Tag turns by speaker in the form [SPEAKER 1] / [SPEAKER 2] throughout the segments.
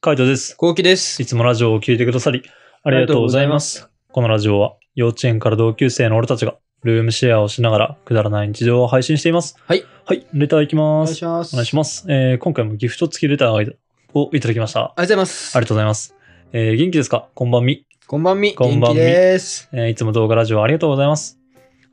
[SPEAKER 1] カイトです。
[SPEAKER 2] こうきです。
[SPEAKER 1] いつもラジオを聞いてくださり、ありがとうございます。このラジオは、幼稚園から同級生の俺たちが、ルームシェアをしながら、くだらない日常を配信しています。
[SPEAKER 2] はい。
[SPEAKER 1] はい、レターいき
[SPEAKER 2] お
[SPEAKER 1] ま
[SPEAKER 2] 願い
[SPEAKER 1] す。
[SPEAKER 2] します。
[SPEAKER 1] お願いし
[SPEAKER 2] ま
[SPEAKER 1] ま
[SPEAKER 2] す。
[SPEAKER 1] す。えー、今回もギフト付きレターをいただきました。あ
[SPEAKER 2] ありがとうございます。
[SPEAKER 1] りがとうございます。えー、元気ですかこんばんみ。
[SPEAKER 2] こんばんみ。
[SPEAKER 1] こんばんみ
[SPEAKER 2] 元気です。
[SPEAKER 1] えー、いつも動画ラジオありがとうございます。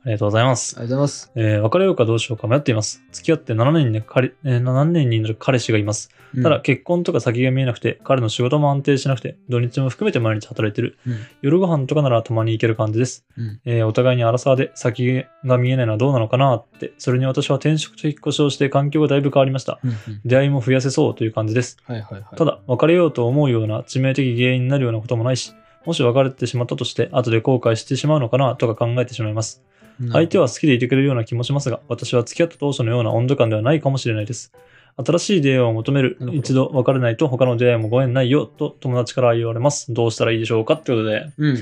[SPEAKER 1] ありがとうございます。
[SPEAKER 2] ありがとうございます。
[SPEAKER 1] えー、別れようかどうしようか迷っています。付き合って7年になる彼、えー7年になる彼氏がいます。
[SPEAKER 2] うん
[SPEAKER 1] ただ、結婚とか先が見えなくて、彼の仕事も安定しなくて、土日も含めて毎日働いてる。
[SPEAKER 2] うん
[SPEAKER 1] 夜ご飯とかならたまに行ける感じです。
[SPEAKER 2] うん
[SPEAKER 1] えーお互いに荒沢で先が見えないのはどうなのかなって、それに私は転職と引っ越しをして環境がだいぶ変わりました。
[SPEAKER 2] うんうん
[SPEAKER 1] 出会いも増やせそうという感じです。
[SPEAKER 2] はいはいはい。
[SPEAKER 1] ただ、別れようと思うような致命的原因になるようなこともないし、もし別れてしまったとして、後で後悔してしまうのかなとか考えてしまいます。
[SPEAKER 2] うん、
[SPEAKER 1] 相手は好きでいてくれるような気もしますが、私は付き合った当初のような温度感ではないかもしれないです。新しい出会いを求める
[SPEAKER 2] なる、ほど
[SPEAKER 1] 一度別れないと他の出会いもご縁ないよと友達から言われます。どうしたらいいでしょうかってことで、
[SPEAKER 2] うん。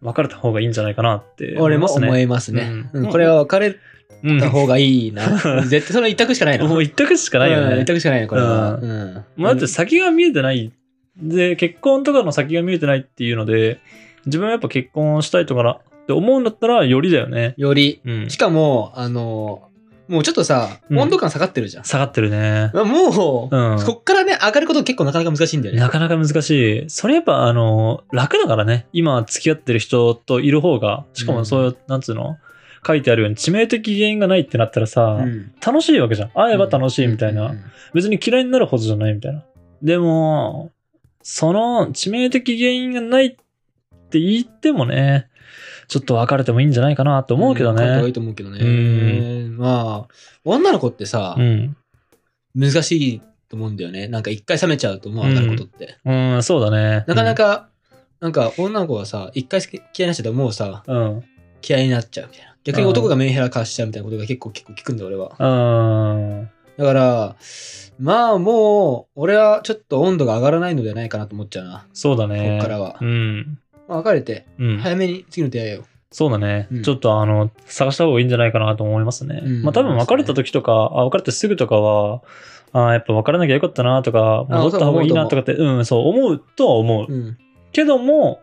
[SPEAKER 1] 別れた方がいいんじゃないかなって思
[SPEAKER 2] 俺
[SPEAKER 1] い
[SPEAKER 2] も
[SPEAKER 1] ますね。
[SPEAKER 2] 思いますね。
[SPEAKER 1] うん
[SPEAKER 2] うんこれは別れ
[SPEAKER 1] うん
[SPEAKER 2] た方がいいな。
[SPEAKER 1] うん
[SPEAKER 2] 絶対その一択しかないの。
[SPEAKER 1] もう一択しかないよ
[SPEAKER 2] うん
[SPEAKER 1] ね
[SPEAKER 2] 一。択しかないの、これは。
[SPEAKER 1] うん
[SPEAKER 2] うん。
[SPEAKER 1] まあだって先が見えてない。で、結婚とかの先が見えてないっていうので、自分はやっぱ結婚したいとかなって思うんだったらよりだよね。
[SPEAKER 2] より、
[SPEAKER 1] うん
[SPEAKER 2] し。かも、あの、もうちょっとさ、
[SPEAKER 1] うん
[SPEAKER 2] 温度感下がってるじゃん。
[SPEAKER 1] 下がってるね。
[SPEAKER 2] もう、
[SPEAKER 1] うん
[SPEAKER 2] こっからね、上がること結構なかなか難しいんだよね。
[SPEAKER 1] なかなか難しい。それやっぱ、あの、楽だからね。今付き合ってる人といる方が、しかもそういう、なんつうの書いてあるように致命的原因がないってなったらさ、
[SPEAKER 2] うん
[SPEAKER 1] 楽しいわけじゃん。会えば楽しいみたいな。
[SPEAKER 2] うんうん
[SPEAKER 1] 別に嫌いになるほどじゃないみたいな。でも、その致命的原因がないって言ってもね、ちょっと別れてもいいんじゃないかなと思うけど
[SPEAKER 2] ん買った方がい
[SPEAKER 1] ね
[SPEAKER 2] い。と思うけどね。
[SPEAKER 1] うん
[SPEAKER 2] まあ、女の子ってさ、
[SPEAKER 1] うん。
[SPEAKER 2] 難しいと思うんだよね。なんか一回冷めちゃうと思う、上がることって。
[SPEAKER 1] うん、そうだね。
[SPEAKER 2] なかなか、なんか女の子がさ、一回好き嫌いになっちゃったらもうさ、
[SPEAKER 1] うん。うん。
[SPEAKER 2] 嫌いになっちゃうみたいな。逆に
[SPEAKER 1] うん
[SPEAKER 2] 男がメンヘラ化しちゃうみたいなことが結構結構聞くんだ俺は。
[SPEAKER 1] うん。
[SPEAKER 2] だから、まあもう、俺はちょっと温度が上がらないのではないかなと思っちゃうな。
[SPEAKER 1] そうだね。
[SPEAKER 2] こっからは
[SPEAKER 1] うん。
[SPEAKER 2] まあ、別れて、
[SPEAKER 1] うん。
[SPEAKER 2] 早めに次の出会いを。
[SPEAKER 1] そうだね、
[SPEAKER 2] うん
[SPEAKER 1] ちょっとあの探した方がいいんじゃないかなと思いますね。
[SPEAKER 2] うん
[SPEAKER 1] まあ多分別れた時とか、あ別れてすぐとかは、あやっぱ別れなきゃよかったなとか、戻った方がいいなとかって、うん、そう思うとは思う。
[SPEAKER 2] うん。
[SPEAKER 1] けども、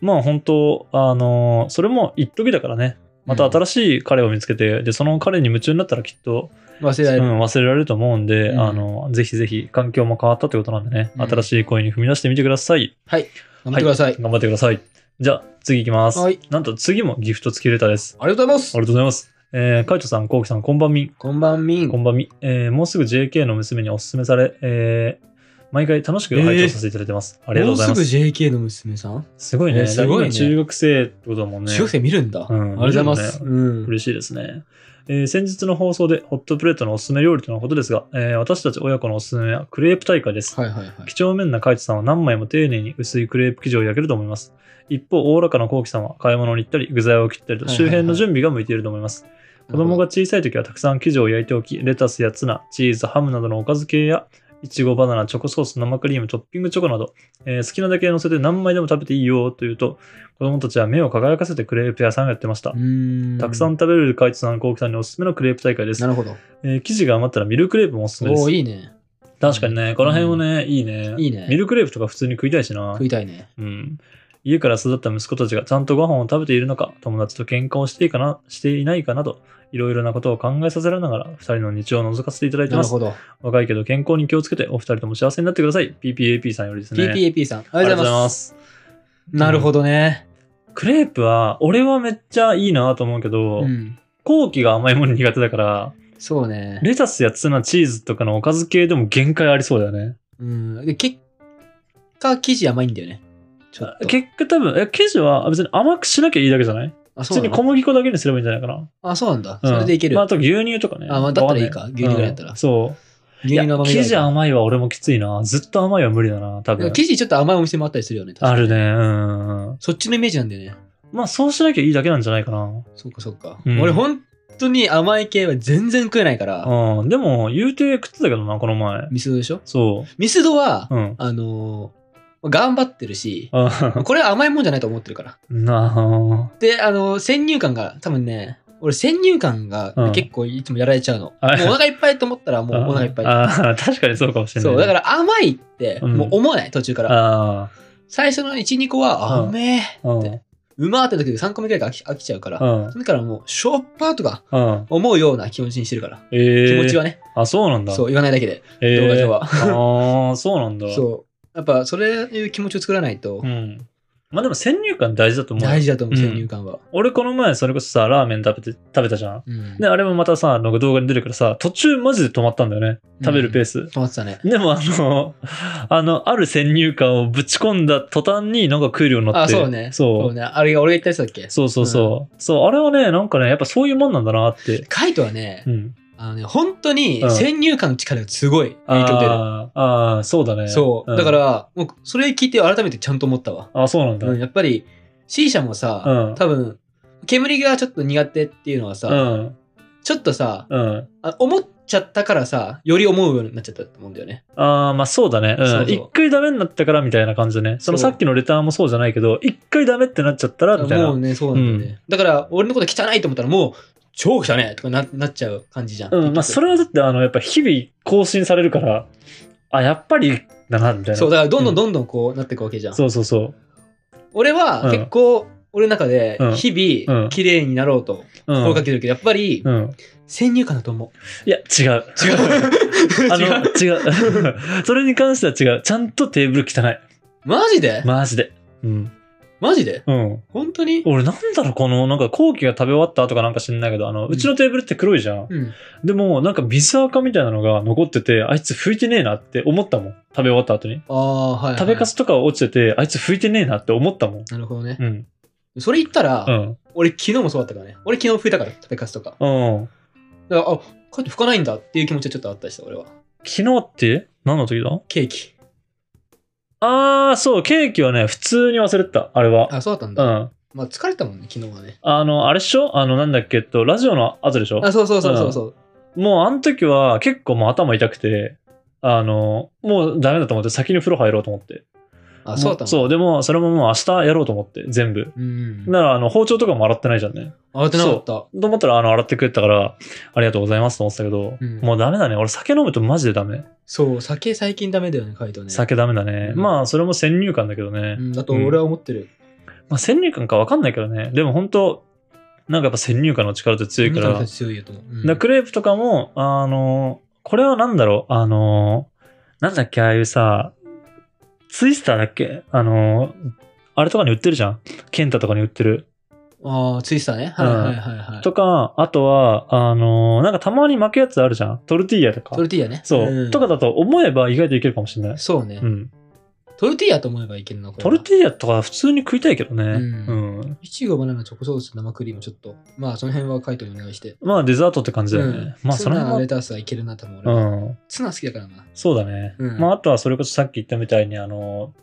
[SPEAKER 1] まあ本当、あのそれも一時だからね。また新しい彼を見つけて、で、その彼に夢中になったらきっと、
[SPEAKER 2] 忘
[SPEAKER 1] う
[SPEAKER 2] れられる。
[SPEAKER 1] ん、忘れられると思うんで、
[SPEAKER 2] うん
[SPEAKER 1] あの、ぜひぜひ環境も変わったということなんでね、
[SPEAKER 2] うん
[SPEAKER 1] 新しい恋に踏み出してみてください。
[SPEAKER 2] 頑張ってください。
[SPEAKER 1] 頑張ってください。じゃあ、次行きます。
[SPEAKER 2] はい
[SPEAKER 1] なんと次もギフト付きレターです。
[SPEAKER 2] ありがとうございます
[SPEAKER 1] あ。りがとうございます。えー、カイトさん、コウキさん、こんばんみ。
[SPEAKER 2] こんばんみん。
[SPEAKER 1] こんばんみ。えー、もうすぐ JK の娘におすすめされ、えー、毎回楽しく拝聴させていただいてます。ありがとうございま
[SPEAKER 2] もう
[SPEAKER 1] す。
[SPEAKER 2] すぐ JK の娘さん
[SPEAKER 1] すごいね。
[SPEAKER 2] えーすごいね
[SPEAKER 1] 今中学生ってことだもんね。
[SPEAKER 2] 中学生見るんだ。
[SPEAKER 1] うん
[SPEAKER 2] ありがとうございます。
[SPEAKER 1] 見
[SPEAKER 2] うん。
[SPEAKER 1] 嬉しいですね。えー先日の放送でホットプレートのおすすめ料理とのことですが、えー私たち親子のおすすめはクレープ大会です。
[SPEAKER 2] はいはいはい。
[SPEAKER 1] 几帳面なカイトさんは何枚も丁寧に薄いクレープ生地を焼けると思います。一方、おおらかなコウキさんは買い物に行ったり、具材を切ったりと周辺の準備が向いていると思います。子供が小さい時はたくさん生地を焼いておき、レタスやツナ、チーズ、ハムなどのおかず系や、いちご、バナナ、チョコソース、生クリーム、トッピングチョコなど、えー好きなだけ乗せて何枚でも食べていいよというと、子供たちは目を輝かせてクレープ屋さんをやってました
[SPEAKER 2] う。ーん
[SPEAKER 1] たくさん。食べれるカイトさん、コウキさんにおすすめのクレープ大会です
[SPEAKER 2] な。るほど。
[SPEAKER 1] えー生地が余ったらミルクレープもおすすめで
[SPEAKER 2] おお
[SPEAKER 1] す。
[SPEAKER 2] いいね。
[SPEAKER 1] 確かにね、この辺もね、いいね。
[SPEAKER 2] いいね
[SPEAKER 1] ミルクレープとか普通に食いたいしな
[SPEAKER 2] 食。いたいね。
[SPEAKER 1] うん。家から育った息子たちがちゃんとご飯を食べているのか、友達と喧嘩をしていいかな、していないかなど、いろいろなことを考えさせられながら、二人の日常を覗かせていただいて
[SPEAKER 2] な
[SPEAKER 1] ま
[SPEAKER 2] る
[SPEAKER 1] す
[SPEAKER 2] ほ。ど。
[SPEAKER 1] 若いけど健康に気をつけて、お二人とも幸せになってください。PPAP さんよりですね。
[SPEAKER 2] PPAP さん。
[SPEAKER 1] あ
[SPEAKER 2] ありがとうございます。
[SPEAKER 1] す。
[SPEAKER 2] なるほどね。
[SPEAKER 1] クレープは、俺はめっちゃいいなと思うけど、
[SPEAKER 2] うん。
[SPEAKER 1] 後期が甘いもの苦手だから、
[SPEAKER 2] そうね。
[SPEAKER 1] レタスやツナ、チーズとかのおかず系でも限界ありそうだよね。
[SPEAKER 2] うん。で、結果、生地甘いんだよね。ちょっと。
[SPEAKER 1] 結果多分、え生地は別に甘くしなきゃいいだけじゃない
[SPEAKER 2] あ、
[SPEAKER 1] 普
[SPEAKER 2] そう
[SPEAKER 1] 通
[SPEAKER 2] な
[SPEAKER 1] に小
[SPEAKER 2] の
[SPEAKER 1] 麦粉だけにすればいいんじゃないかな。
[SPEAKER 2] あ、そうなんだ。
[SPEAKER 1] うん
[SPEAKER 2] それでいける
[SPEAKER 1] まあ、。あと牛乳とかね。
[SPEAKER 2] あまあだったらいいか
[SPEAKER 1] わんな
[SPEAKER 2] 牛乳ぐらいだったら
[SPEAKER 1] うんそう。
[SPEAKER 2] 牛乳の甘
[SPEAKER 1] いや
[SPEAKER 2] みがいい
[SPEAKER 1] 生地甘いは俺もきついな。ずっと甘いは無理だな、多
[SPEAKER 2] でも
[SPEAKER 1] 分。
[SPEAKER 2] 生地ちょっと甘いお店もあったりするよね。確か
[SPEAKER 1] あ
[SPEAKER 2] に
[SPEAKER 1] るね。うん。
[SPEAKER 2] そっちのイメージなんだよね。
[SPEAKER 1] まあ、そうしなきゃいいだけなんじゃないかな。
[SPEAKER 2] そっかそっか。
[SPEAKER 1] うん
[SPEAKER 2] 俺、本当に甘い系は全然食えないから、
[SPEAKER 1] うん。でも、言うて食ってたけどな、この前。
[SPEAKER 2] ミスドでしょ
[SPEAKER 1] そ
[SPEAKER 2] ミスドは
[SPEAKER 1] う。、うん。
[SPEAKER 2] あのー頑張ってるし、
[SPEAKER 1] あ
[SPEAKER 2] これは甘いもんじゃないと思ってるから。
[SPEAKER 1] なあ。
[SPEAKER 2] で、あのー先入観が多分ね、俺先入観が
[SPEAKER 1] うん
[SPEAKER 2] 結構いつもやられちゃうの。
[SPEAKER 1] あ
[SPEAKER 2] もうお腹いっぱいと思ったらもうお腹いっぱい。
[SPEAKER 1] ああ、確かにそうかもしれない。
[SPEAKER 2] そう、だから甘いってもう思わない、途中から。
[SPEAKER 1] あ
[SPEAKER 2] 最初の1、2個は、あ、
[SPEAKER 1] うん
[SPEAKER 2] うめえ、
[SPEAKER 1] あ、うん。う
[SPEAKER 2] てうまーって時で3個目くらいから飽き飽きちゃうから、
[SPEAKER 1] ん。
[SPEAKER 2] それからもう、しょっぱーとか
[SPEAKER 1] うん。
[SPEAKER 2] 思うような気持ちにしてるから。
[SPEAKER 1] えー、
[SPEAKER 2] 気持ちはね、
[SPEAKER 1] あ、そうなんだ。
[SPEAKER 2] そう、言わないだけで、
[SPEAKER 1] えー
[SPEAKER 2] 動画上は。
[SPEAKER 1] ああ、そうなんだ。
[SPEAKER 2] そう。やっぱ、それいう気持ちを作らないと
[SPEAKER 1] う、ん。まあでも先入観大事だと思うよ。
[SPEAKER 2] 大事だと思う、
[SPEAKER 1] うん
[SPEAKER 2] 先入観は。
[SPEAKER 1] 俺この前それこそさ、ラーメン食べて、食べたじゃん。
[SPEAKER 2] うん
[SPEAKER 1] で、あれもまたさ、なんか動画に出るからさ、途中マジで止まったんだよね。食べるペース。
[SPEAKER 2] 止まってたね。
[SPEAKER 1] でもあの、 あの、ある先入観をぶち込んだ途端になんか食えるようになっ
[SPEAKER 2] あ、
[SPEAKER 1] て。
[SPEAKER 2] そうね。
[SPEAKER 1] そう。
[SPEAKER 2] ね。あれが俺が言ったやつだっけ
[SPEAKER 1] そうそうそう。そう、あれはね、なんかね、やっぱそういうもんなんだなって。
[SPEAKER 2] カイトはね
[SPEAKER 1] う、ん。
[SPEAKER 2] あのね、本当に
[SPEAKER 1] うん
[SPEAKER 2] 先入観の力がすごい影響出る。
[SPEAKER 1] あーあー、そうだね。
[SPEAKER 2] そう。
[SPEAKER 1] ん
[SPEAKER 2] だか、ら、もう、それ聞いて改めてちゃんと思ったわ。
[SPEAKER 1] あそうなんだ。
[SPEAKER 2] うん、やっぱり、C 社もさ、
[SPEAKER 1] うん。
[SPEAKER 2] 多分、煙がちょっと苦手っていうのは
[SPEAKER 1] う
[SPEAKER 2] さ、
[SPEAKER 1] ん。
[SPEAKER 2] ちょっとさ、
[SPEAKER 1] うん。
[SPEAKER 2] あ思っちゃったからさ、より思うようになっちゃったと思うんだよね。
[SPEAKER 1] ああ、まあそうだね。。
[SPEAKER 2] そううんそう
[SPEAKER 1] 一回ダメになったからみたいな感じだね。その
[SPEAKER 2] そう
[SPEAKER 1] さっきのレターもそうじゃないけど、一回ダメってなっちゃったらみたい
[SPEAKER 2] もう
[SPEAKER 1] な。
[SPEAKER 2] ね、そうなんだよね。だから、俺のこと汚いと思ったら、もう、超汚いとかななっちゃう感じじゃん。
[SPEAKER 1] うん。まあそ
[SPEAKER 2] れ
[SPEAKER 1] れはだって、あの、やっぱ日々更新されるから、あ、やっぱりだな、みたいな。
[SPEAKER 2] そう、だから、どんど
[SPEAKER 1] うん
[SPEAKER 2] んどんどんこうなっていくわけじゃん。
[SPEAKER 1] そうそうそう。
[SPEAKER 2] 俺は、
[SPEAKER 1] うん
[SPEAKER 2] 結構、俺の中で
[SPEAKER 1] うん、
[SPEAKER 2] 日
[SPEAKER 1] うん
[SPEAKER 2] 々、綺麗になろうと
[SPEAKER 1] うん
[SPEAKER 2] 心がけてるけど、やっぱり、
[SPEAKER 1] うん。
[SPEAKER 2] 先入観だと思う。
[SPEAKER 1] いや、違う。
[SPEAKER 2] 違う。
[SPEAKER 1] あの、
[SPEAKER 2] 違う。
[SPEAKER 1] 違う。それに関しては違う。ちゃんとテーブル汚い。
[SPEAKER 2] マジで
[SPEAKER 1] マジで。うん。
[SPEAKER 2] マジで
[SPEAKER 1] うん。
[SPEAKER 2] 本当に
[SPEAKER 1] 俺なんだろう、この、なんか、後期が食べ終わった後かなんか知んないけど、あの、
[SPEAKER 2] うん
[SPEAKER 1] うちのテーブルって黒いじゃん。
[SPEAKER 2] うん。
[SPEAKER 1] でも、なんか水垢みたいなのが残ってて、あいつ拭いてねえなって思ったもん。食べ終わった後に。
[SPEAKER 2] ああ、はい、はい。
[SPEAKER 1] 食べかすとか落ちてて、あいつ拭いてねえなって思ったもん。
[SPEAKER 2] なるほどね
[SPEAKER 1] う。ん。
[SPEAKER 2] それ言ったら、
[SPEAKER 1] うん。
[SPEAKER 2] 俺昨日もそうだったからね。俺昨日拭いたから、食べかすとか。
[SPEAKER 1] うん。
[SPEAKER 2] だから、あ、こうやって拭かないんだっていう気持ちはちょっとあったりした、俺は。
[SPEAKER 1] 昨日って何の時だ
[SPEAKER 2] ケーキ。
[SPEAKER 1] あー、そう、ケーキはね、普通に忘れてた、あれは。
[SPEAKER 2] あ、そうだったん
[SPEAKER 1] う
[SPEAKER 2] だ。
[SPEAKER 1] ん。
[SPEAKER 2] まあ、疲れたもんね、昨日はね。
[SPEAKER 1] あの、あれっしょあの、なんだっけ、えっと、ラジオの後でしょ
[SPEAKER 2] あ、そうそうそうそうそう。
[SPEAKER 1] もうあの時は結構もう頭痛くて、あの、もうダメだと思って先に風呂入ろうと思って。
[SPEAKER 2] あ、そうだ
[SPEAKER 1] も
[SPEAKER 2] ったの
[SPEAKER 1] うそう、でもそれももう明日やろうと思って、全部。
[SPEAKER 2] うん。
[SPEAKER 1] なら、あの、包丁とかも洗ってないじゃんね。
[SPEAKER 2] 慌てなかった。
[SPEAKER 1] と思ったら、あの、洗ってくれたから、ありがとうございますと思ってたけど、
[SPEAKER 2] うん
[SPEAKER 1] もうダメだね。俺酒飲むとマジでダメ。
[SPEAKER 2] そう、酒最近ダメだよね、カイトね。
[SPEAKER 1] 酒ダメだね。
[SPEAKER 2] うん
[SPEAKER 1] まあ、それも先入観だけどね
[SPEAKER 2] う。ん、だと俺は思ってる。
[SPEAKER 1] まあ、先入観かわかんないけどね。でも本当なんかやっぱ先入観の力って強いから。
[SPEAKER 2] カイト強いよと思う。うん
[SPEAKER 1] だクレープとかも、あのーこれはなんだろう、あのーなんだっけ、ああいうさ、ツイスターだっけあのーあれとかに売ってるじゃん。ケンタとかに売ってる。
[SPEAKER 2] ああ、ツイスターね。はいはいはいはい。
[SPEAKER 1] とか、あとは、あのーなんかたまに巻くやつあるじゃん。トルティーヤとか
[SPEAKER 2] ト。ルティーヤね。
[SPEAKER 1] そう、
[SPEAKER 2] ん
[SPEAKER 1] とかだと思えば意外といけるかもしれない。
[SPEAKER 2] そうね
[SPEAKER 1] う。ん。
[SPEAKER 2] トルティーヤと思えばいけるのこれ
[SPEAKER 1] ト
[SPEAKER 2] は
[SPEAKER 1] ルティーヤとか普通に食いたいけどね。う。
[SPEAKER 2] うんいちごバナナチョコソース生クリームちょっと。まあその辺はカイトにお願いして。
[SPEAKER 1] まあデザートって感じだよね。
[SPEAKER 2] うん
[SPEAKER 1] まあその
[SPEAKER 2] ツナレ
[SPEAKER 1] 辺
[SPEAKER 2] タスはいけるなと思う。俺は
[SPEAKER 1] は、うん。
[SPEAKER 2] ツナ好きだからな。
[SPEAKER 1] そうだね。
[SPEAKER 2] うん
[SPEAKER 1] まあ、あとはそれこそさっき言ったみたいに、あの、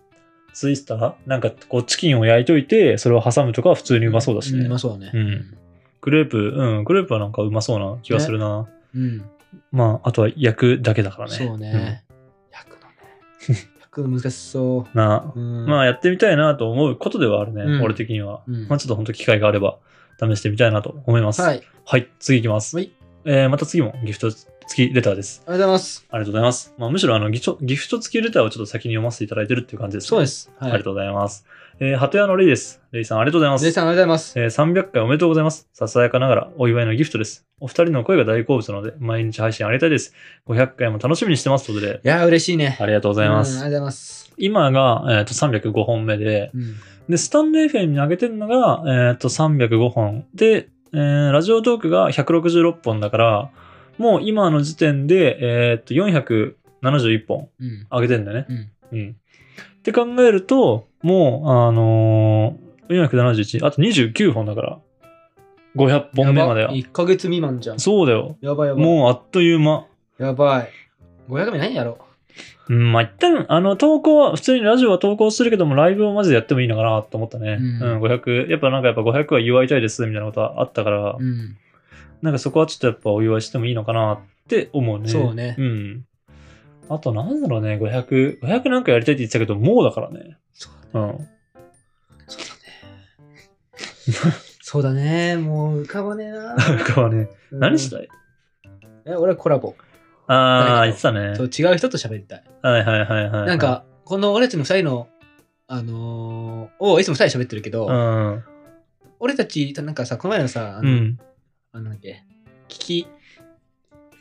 [SPEAKER 1] ツイスターなんかこう、チキンを焼いといて、それを挟むとかは普通にうまそうだしね。
[SPEAKER 2] んうまそうだね。
[SPEAKER 1] うんクレープ、うん、クレープはなんかうまそうな気がするな。
[SPEAKER 2] うん。
[SPEAKER 1] まあ、あとは焼くだけだからね。
[SPEAKER 2] そうね。焼くのね。 焼くの難しそ
[SPEAKER 1] うん。なあ、
[SPEAKER 2] う。うん
[SPEAKER 1] まあ、やってみたいなと思うことではあるね、
[SPEAKER 2] うん
[SPEAKER 1] 俺的には。
[SPEAKER 2] うん
[SPEAKER 1] まあ、ちょっと本当機会があれば、試してみたいなと思います。。
[SPEAKER 2] はいい。ありが
[SPEAKER 1] 次いきます。
[SPEAKER 2] はい
[SPEAKER 1] えーまた次もギフト付きレターです。
[SPEAKER 2] とうございます。
[SPEAKER 1] ありがとうございます。まあ、むしろあのギフト、ギフト付きレターをちょっと先に読ませていただいてるっていう感じですね。
[SPEAKER 2] そうです。
[SPEAKER 1] あ
[SPEAKER 2] はい。
[SPEAKER 1] りがとうございます。えー、鳩屋のレイです。レイさん、ありがとうございま
[SPEAKER 2] レイ
[SPEAKER 1] す。
[SPEAKER 2] さんありがとうございます。
[SPEAKER 1] えー、300回おめでとうございます。ささやかながらお祝いのギフトです。お二人の声が大好物なので、毎日配信ありがたいです。500回も楽しみにしてます。ということで、
[SPEAKER 2] いや、嬉しいね。
[SPEAKER 1] ありがとうご
[SPEAKER 2] ご
[SPEAKER 1] ざいま
[SPEAKER 2] あ
[SPEAKER 1] す。
[SPEAKER 2] りがとうございます。
[SPEAKER 1] 今が、えー、と305本目で、
[SPEAKER 2] うん。
[SPEAKER 1] で、スタンレーフェンに上げてるのが、えー、と305本。で、えーラジオトークが166本だから、もう今の時点で、えー、と471本
[SPEAKER 2] うん。
[SPEAKER 1] 上げてんだよね。
[SPEAKER 2] うん。
[SPEAKER 1] うん。って考えると、もう、あのー、471、あと29本だから、500本目までは。
[SPEAKER 2] 1ヶ月未満じゃん。
[SPEAKER 1] そうだよ。
[SPEAKER 2] やばいやばい。
[SPEAKER 1] もうあっという間。
[SPEAKER 2] やばい。500名何やろ
[SPEAKER 1] うん、まあ、一旦、あの、投稿は、普通にラジオは投稿するけども、ライブをマジでやってもいいのかなと思ったね。
[SPEAKER 2] うん
[SPEAKER 1] うん、500、やっぱなんかやっぱ500は祝いたいです、みたいなことはあったから、
[SPEAKER 2] うん。
[SPEAKER 1] なんかそこはちょっとやっぱお祝いしてもいいのかなって思うね。
[SPEAKER 2] そうね
[SPEAKER 1] うん。あと、なんだろうね、500、500なんかやりたいって言ってたけど、もうだからね。
[SPEAKER 2] そうだね。
[SPEAKER 1] うん。
[SPEAKER 2] そうだね。そうだね。もう浮かばねえ な。
[SPEAKER 1] なんかはね、何したたい
[SPEAKER 2] え、俺はコラボ。
[SPEAKER 1] ああ、
[SPEAKER 2] 誰
[SPEAKER 1] 言ってたね。
[SPEAKER 2] そう違う人と喋りたい。
[SPEAKER 1] はいはいはいはい。
[SPEAKER 2] なん、か、この俺たちの二人の、あのーをいつも二人で喋ってるけど、
[SPEAKER 1] うん。
[SPEAKER 2] 俺たち、なんかさ、この前のさ、あ
[SPEAKER 1] う
[SPEAKER 2] の、
[SPEAKER 1] ん。
[SPEAKER 2] あのなんだっけ、聞き、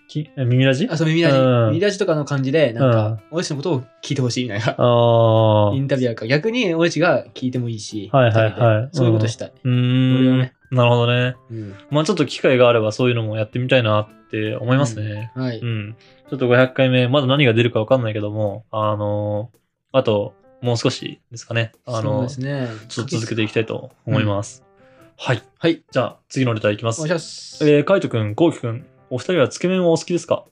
[SPEAKER 1] きえ耳ラジ
[SPEAKER 2] あ、そう、耳ラジ、
[SPEAKER 1] うん
[SPEAKER 2] 耳ラジとかの感じで、なん
[SPEAKER 1] うん
[SPEAKER 2] か、俺たちのことを聞いてほしいみたいな。
[SPEAKER 1] ああ
[SPEAKER 2] イ。ンタビュアーか。逆に俺たちが聞いてもいいし、
[SPEAKER 1] はいはいはい
[SPEAKER 2] 二人でそういうことしたい。
[SPEAKER 1] うー
[SPEAKER 2] 俺は
[SPEAKER 1] ん。
[SPEAKER 2] ね
[SPEAKER 1] なるほどね。
[SPEAKER 2] うん
[SPEAKER 1] まあちょっと機会があればそういうのもやってみたいなって思いますね。
[SPEAKER 2] はい。
[SPEAKER 1] うん。ちょっと500回目、まだ何が出るかわかんないけども、あのーあと、もう少しですかね。あ
[SPEAKER 2] そう
[SPEAKER 1] の
[SPEAKER 2] ですね。
[SPEAKER 1] ちょっと続けていきたいと思います。はい。
[SPEAKER 2] はい。
[SPEAKER 1] じゃあ、次のレターいきま
[SPEAKER 2] お
[SPEAKER 1] す
[SPEAKER 2] 願い。します。
[SPEAKER 1] えー、カイトくん、コウキくん、お二人はつけ麺はお好きですか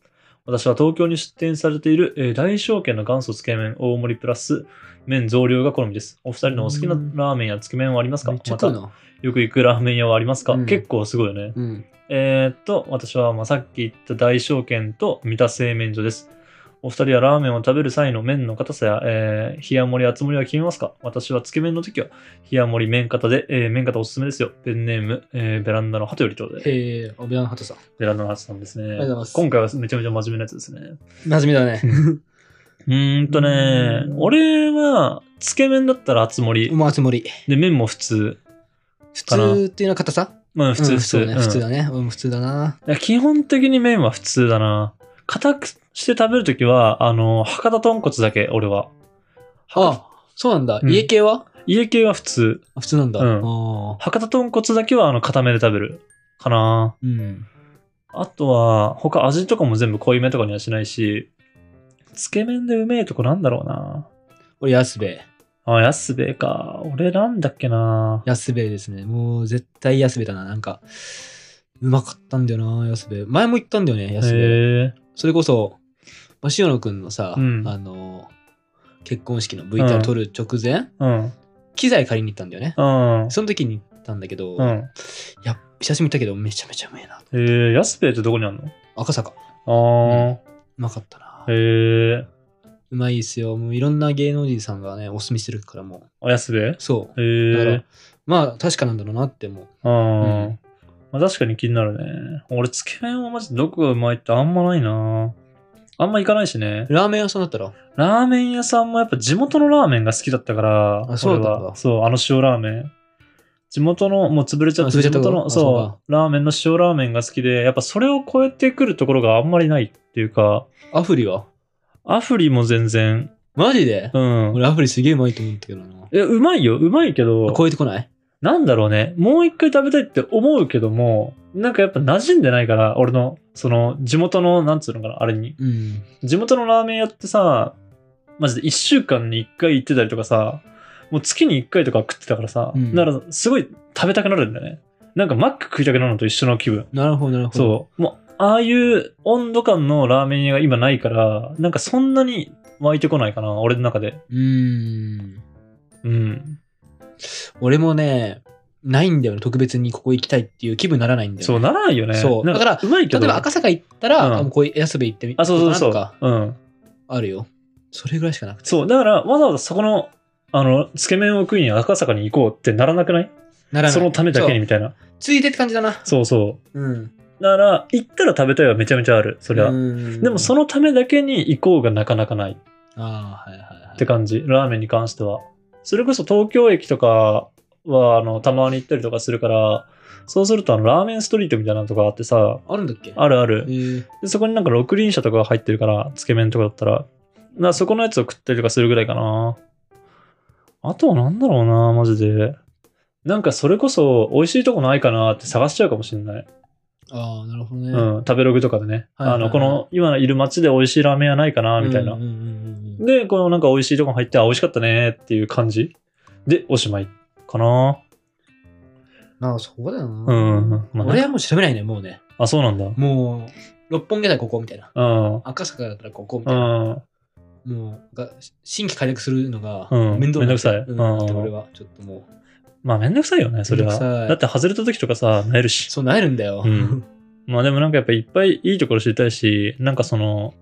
[SPEAKER 1] 私は東京に出店されている、えー大証券の元祖つけ麺大盛りプラス麺増量が好みです。お二人のお好きな
[SPEAKER 2] うん
[SPEAKER 1] ラーメンやつけ麺はありますか
[SPEAKER 2] めっちゃ
[SPEAKER 1] ま
[SPEAKER 2] 食
[SPEAKER 1] た
[SPEAKER 2] う、な。
[SPEAKER 1] よく行くラーメン屋はありますか、
[SPEAKER 2] うん
[SPEAKER 1] 結構すごいよね。
[SPEAKER 2] うん。
[SPEAKER 1] えーっと、私はまあさっき言った大証券と三田製麺所です。お二人はラーメンを食べる際の麺の硬さや、えー、冷や盛り、厚盛りは決めますか私はつけ麺の時は冷や盛り麺型で、えー麺型おすすめですよ。ペンネーム、えーベランダの鳩よりということで。
[SPEAKER 2] へえ、おびらの鳩さん。
[SPEAKER 1] ベランダの鳩さんですね
[SPEAKER 2] りがとうございま。す
[SPEAKER 1] 今回はめちゃめちゃ真面目なやつですね。
[SPEAKER 2] なじみだね。
[SPEAKER 1] うーんとね
[SPEAKER 2] うー、ん
[SPEAKER 1] 俺は、つけ麺だったら厚盛り。
[SPEAKER 2] もうつもり。
[SPEAKER 1] で、麺も普通。
[SPEAKER 2] 普
[SPEAKER 1] かな
[SPEAKER 2] 通っていうのは硬さ
[SPEAKER 1] まあ普通、
[SPEAKER 2] うん
[SPEAKER 1] 普通。
[SPEAKER 2] そうね。普
[SPEAKER 1] うん
[SPEAKER 2] 通だね。うん、普通だな。
[SPEAKER 1] いや基本的に麺は普通だな。硬くして食べるときは、あの、博多豚骨だけ、俺は。
[SPEAKER 2] あ、そうなんだ。
[SPEAKER 1] うん
[SPEAKER 2] 家系は
[SPEAKER 1] 家系は普通。
[SPEAKER 2] あ普通なんだ。
[SPEAKER 1] う
[SPEAKER 2] うんん。
[SPEAKER 1] 博多豚骨だけは、あの、硬めで食べる。かな。
[SPEAKER 2] うん。
[SPEAKER 1] あとは、他味とかも全部濃いめとかにはしないし、つけ麺でうめえとこなんだろうな。
[SPEAKER 2] 俺、安兵衛。
[SPEAKER 1] あ、安兵衛か。俺なんだっけな。
[SPEAKER 2] 安兵衛ですね。もう絶対安兵衛だな。なんか、うまかったんだよな、安兵衛。前も言ったんだよね、
[SPEAKER 1] へ
[SPEAKER 2] 安兵衛。
[SPEAKER 1] え。
[SPEAKER 2] それこそ、まあ、塩野くんのさ、
[SPEAKER 1] うん
[SPEAKER 2] あの、結婚式の VTR 撮る直前、
[SPEAKER 1] うん。
[SPEAKER 2] 機材借りに行ったんだよね。
[SPEAKER 1] うん。
[SPEAKER 2] その時に行ったんだけ
[SPEAKER 1] う
[SPEAKER 2] ど、
[SPEAKER 1] ん。
[SPEAKER 2] いや、久しぶりに行ったけど、めちゃめちゃうめえな。
[SPEAKER 1] へえ、安兵衛ってどこにあんの
[SPEAKER 2] 赤坂、う
[SPEAKER 1] あ
[SPEAKER 2] まかったな
[SPEAKER 1] あ、。へえ。
[SPEAKER 2] うまいですよ。もういろんな芸能人さんがね、おすすめしてるからも
[SPEAKER 1] あ、安兵衛
[SPEAKER 2] う。そう。
[SPEAKER 1] へえ。
[SPEAKER 2] だから、まあ、確かなんだろうなって思う。
[SPEAKER 1] あ、
[SPEAKER 2] う
[SPEAKER 1] うん
[SPEAKER 2] ん、
[SPEAKER 1] まあ確かに気になるね。俺、つけ麺はマジでどこがうまいってあんまないな。あんま行かないしね。
[SPEAKER 2] ラーメン屋さんだったら、
[SPEAKER 1] ラーメン屋さんもやっぱ地元のラーメンが好きだったから、
[SPEAKER 2] あそうだった
[SPEAKER 1] 俺はそう、あの塩ラーメン。地元の、もう潰れちゃっ
[SPEAKER 2] あ潰
[SPEAKER 1] た
[SPEAKER 2] れちゃ
[SPEAKER 1] 地
[SPEAKER 2] った
[SPEAKER 1] 元の、
[SPEAKER 2] あそう
[SPEAKER 1] そ
[SPEAKER 2] か
[SPEAKER 1] う、ラーメンの塩ラーメンが好きで、やっぱそれを超えてくるところがあんまりないっていうか、
[SPEAKER 2] アフリは
[SPEAKER 1] アフリも全然、
[SPEAKER 2] マジで、
[SPEAKER 1] うん。
[SPEAKER 2] 俺、アフリすげえうまいと思ったけどな。
[SPEAKER 1] え、うまいよ、うまいけど、
[SPEAKER 2] 超えてこない
[SPEAKER 1] なんだろうね、もう一回食べたいって思うけども、なんかやっぱ馴染んでないから、俺の、その、地元の、なんつうのかな、あれに。
[SPEAKER 2] うん。
[SPEAKER 1] 地元のラーメン屋ってさ、マジで1週間に1回行ってたりとかさ、もう月に1回とか食ってたからさ、
[SPEAKER 2] うん
[SPEAKER 1] だからすごい食べたくなるんだよね。なんかマック食いたくなるのと一緒の気分。
[SPEAKER 2] なるほど、なるほど。
[SPEAKER 1] そう。もう、ああいう温度感のラーメン屋が今ないから、なんかそんなに湧いてこないかな、俺の中で。
[SPEAKER 2] うーん。
[SPEAKER 1] うん。
[SPEAKER 2] 俺もね、ないんだよね。特別にここ行きたいっていう気分にならないんだよ、
[SPEAKER 1] そう
[SPEAKER 2] ね。
[SPEAKER 1] ならないよね。
[SPEAKER 2] そう
[SPEAKER 1] なん
[SPEAKER 2] だから
[SPEAKER 1] うまいけ
[SPEAKER 2] 例
[SPEAKER 1] ど。
[SPEAKER 2] えば赤坂行ったら、
[SPEAKER 1] うん
[SPEAKER 2] あもうこういう安部行ってみ
[SPEAKER 1] あ、そうそう
[SPEAKER 2] な
[SPEAKER 1] そ
[SPEAKER 2] ん
[SPEAKER 1] う
[SPEAKER 2] か。
[SPEAKER 1] うん。
[SPEAKER 2] あるよ。それぐらいしかなくて。
[SPEAKER 1] そう、だからわざわざそこの、あの、つけ麺を食いに赤坂に行こうってならなくない
[SPEAKER 2] ならない。
[SPEAKER 1] そのためだけに
[SPEAKER 2] そう。
[SPEAKER 1] みたいな。
[SPEAKER 2] ついてって感じだな。
[SPEAKER 1] そうそう
[SPEAKER 2] うん。
[SPEAKER 1] だから、行ったら食べたいはめちゃめちゃある、そりゃ。
[SPEAKER 2] で
[SPEAKER 1] でも、そのためだけに行こうがなかなかないっ
[SPEAKER 2] ああ、はいはいはい。
[SPEAKER 1] て感じ、ラーメンに関しては。それこそ東京駅とかは、あの、たまに行ったりとかするから、そうすると、あの、ラーメンストリートみたいなのとかあってさ、
[SPEAKER 2] あるんだっけ
[SPEAKER 1] あるある。
[SPEAKER 2] えー
[SPEAKER 1] でそこになんか六輪車とかが入ってるから、つけ麺とかだったら。なそこのやつを食ったりとかするぐらいかな。あとはなんだろうな、マジで。なんかそれこそ美味しいとこないかなって探しちゃうかもしれない。
[SPEAKER 2] ああ、なるほどね。
[SPEAKER 1] うん、食べログとかでね。
[SPEAKER 2] はいはいはい
[SPEAKER 1] あの、この今いる街で美味しいラーメン屋ないかな、みたいな。
[SPEAKER 2] うんうんうんうん
[SPEAKER 1] で、このなんか美味しいとこ入って、あ、美味しかったねっていう感じでおしまいかな。
[SPEAKER 2] まあ、そこだよ
[SPEAKER 1] う
[SPEAKER 2] な。
[SPEAKER 1] ん。まあ、
[SPEAKER 2] 俺はもう調べないね、もうね。
[SPEAKER 1] あ、そうなんだ。
[SPEAKER 2] もう、六本木だったらここみたいな。
[SPEAKER 1] うん。うん。
[SPEAKER 2] 赤坂だったらここみたいな。
[SPEAKER 1] あ
[SPEAKER 2] もう、が新規開拓するのが
[SPEAKER 1] うん
[SPEAKER 2] 面倒
[SPEAKER 1] めんどくさい
[SPEAKER 2] うん
[SPEAKER 1] うん
[SPEAKER 2] だって俺は、ちょっともう、
[SPEAKER 1] まあ、めんどくさいよね、それ
[SPEAKER 2] めんどく
[SPEAKER 1] は。
[SPEAKER 2] さい
[SPEAKER 1] だって外れた時とかさ、なえるし。
[SPEAKER 2] そうなえるんだよ。
[SPEAKER 1] うんまあでもなんかやっぱいっぱいいいところ知りたいし、なんかその、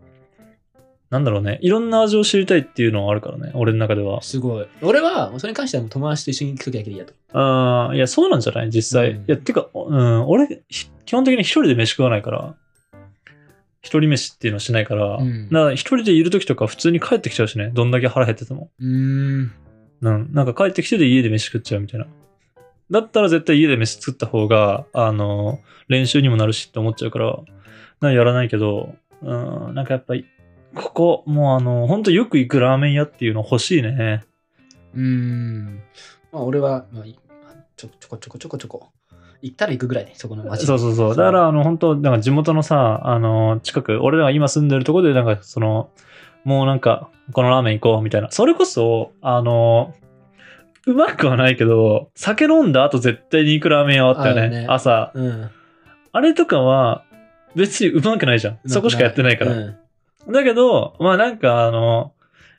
[SPEAKER 1] なんだろうね。いろんな味を知りたいっていうのはあるからね。俺の中では。
[SPEAKER 2] すごい。俺は、それに関してはもう友達と一緒に行くときだけでいいやと。
[SPEAKER 1] ああ、いや、そうなんじゃない実際。
[SPEAKER 2] うん
[SPEAKER 1] いや、てか、うん、俺、ひ基本的に一人で飯食わないから、一人飯っていうのしないから、
[SPEAKER 2] うん
[SPEAKER 1] な一人でいる時とか普通に帰ってきちゃうしね。どんだけ腹減ってても。
[SPEAKER 2] うーん。
[SPEAKER 1] うん、なんか帰ってきてで家で飯食っちゃうみたいな。だったら絶対家で飯作った方が、あの、練習にもなるしって思っちゃうから、なんかやらないけど、うん、なんかやっぱり、ここ、もうあの、ほんとよく行くラーメン屋っていうの欲しいね。
[SPEAKER 2] うーん。まあ、俺は、まあ、いちょ、ちょこちょこちょこちょこ。行ったら行くぐらいね、そこの街。
[SPEAKER 1] そうそうそう。だから、あの、本当なんか地元のさ、あの、近く、俺らが今住んでるとこで、なんか、その、もうなんか、このラーメン行こうみたいな。それこそ、あの、うまくはないけど、酒飲んだ後絶対に行くラーメン屋あったよ
[SPEAKER 2] あ
[SPEAKER 1] ね。
[SPEAKER 2] るね
[SPEAKER 1] 朝。
[SPEAKER 2] うん。
[SPEAKER 1] あれとかは、別にうまくないじゃん。そこしかやってないから。
[SPEAKER 2] うん
[SPEAKER 1] だけど、まあなんか、あの、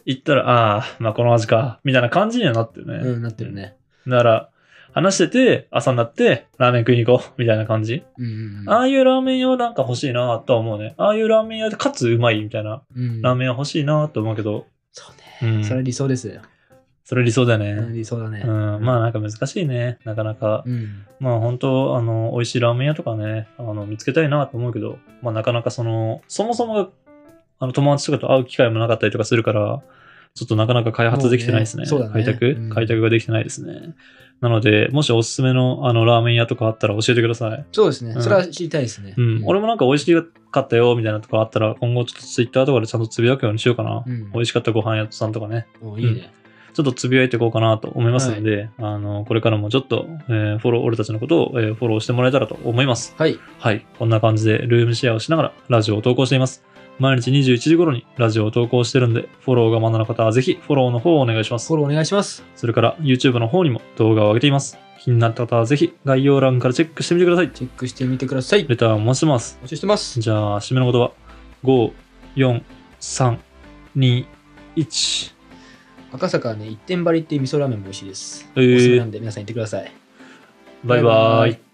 [SPEAKER 1] 行ったら、ああ、まあこの味か、みたいな感じにはなってるね。
[SPEAKER 2] うん、なってるね。
[SPEAKER 1] だから、話してて、朝になって、ラーメン食いに行こう、みたいな感じ。
[SPEAKER 2] うんうんうん。
[SPEAKER 1] ああいうラーメン屋はなんか欲しいなとは思うね。ああいうラーメン屋でかつうまいみたいな
[SPEAKER 2] うん
[SPEAKER 1] ラーメン屋欲しいなと思うけど、
[SPEAKER 2] そう
[SPEAKER 1] う
[SPEAKER 2] ね。
[SPEAKER 1] ん
[SPEAKER 2] それ理想ですよ。
[SPEAKER 1] それ理想だよね。
[SPEAKER 2] 理想だね
[SPEAKER 1] う。ん、まあなんか難しいね、なかなか。
[SPEAKER 2] うん。
[SPEAKER 1] まあ本当あの、美味しいラーメン屋とかね、あの、見つけたいなと思うけど、まあなかなかその、そもそもが、あの、友達とかと会う機会もなかったりとかするから、ちょっとなかなか開発できてないですね。
[SPEAKER 2] もうねそうだね
[SPEAKER 1] 開拓、
[SPEAKER 2] うん
[SPEAKER 1] 開拓ができてないですね。なので、もしおすすめのあのラーメン屋とかあったら教えてください。
[SPEAKER 2] そうです
[SPEAKER 1] う
[SPEAKER 2] ね。
[SPEAKER 1] ん
[SPEAKER 2] それは知りたいですね。
[SPEAKER 1] うん、俺
[SPEAKER 2] も。
[SPEAKER 1] もなんか美味しかったよみたいなとこあったら、今後ちょっとツイッターとかでちゃんとつぶやくようにしようかな。
[SPEAKER 2] うん
[SPEAKER 1] 美味しかったご飯屋さんとかね、
[SPEAKER 2] おいいね。
[SPEAKER 1] ちょっとつぶやいていこうかなと思いますので、あのこれからもちょっと、えーフォロー、俺たちのことを、えーフォローしてもらえたらと思います。
[SPEAKER 2] はい。
[SPEAKER 1] はい、こんな感じでルームシェアをしながらラジオを投稿しています。毎日21時頃にラジオを投稿してるんで、フォローがまだの方はぜひフォローの方をお願いします
[SPEAKER 2] フォ。ローお願いします。
[SPEAKER 1] それから YouTube の方にも動画を上げています。気になった方はぜひ概要欄からチェックしてみてください。
[SPEAKER 2] チェックしてみてください。
[SPEAKER 1] レターをお待ちしてます。
[SPEAKER 2] お待ちしてます。
[SPEAKER 1] じゃあ、締めの言葉。5、4、3、2、1。
[SPEAKER 2] 赤坂はね、一点張りっていう味噌ラーメンも美味しいです。
[SPEAKER 1] えー
[SPEAKER 2] おすすめなんで皆さん行ってください。
[SPEAKER 1] バイバイ。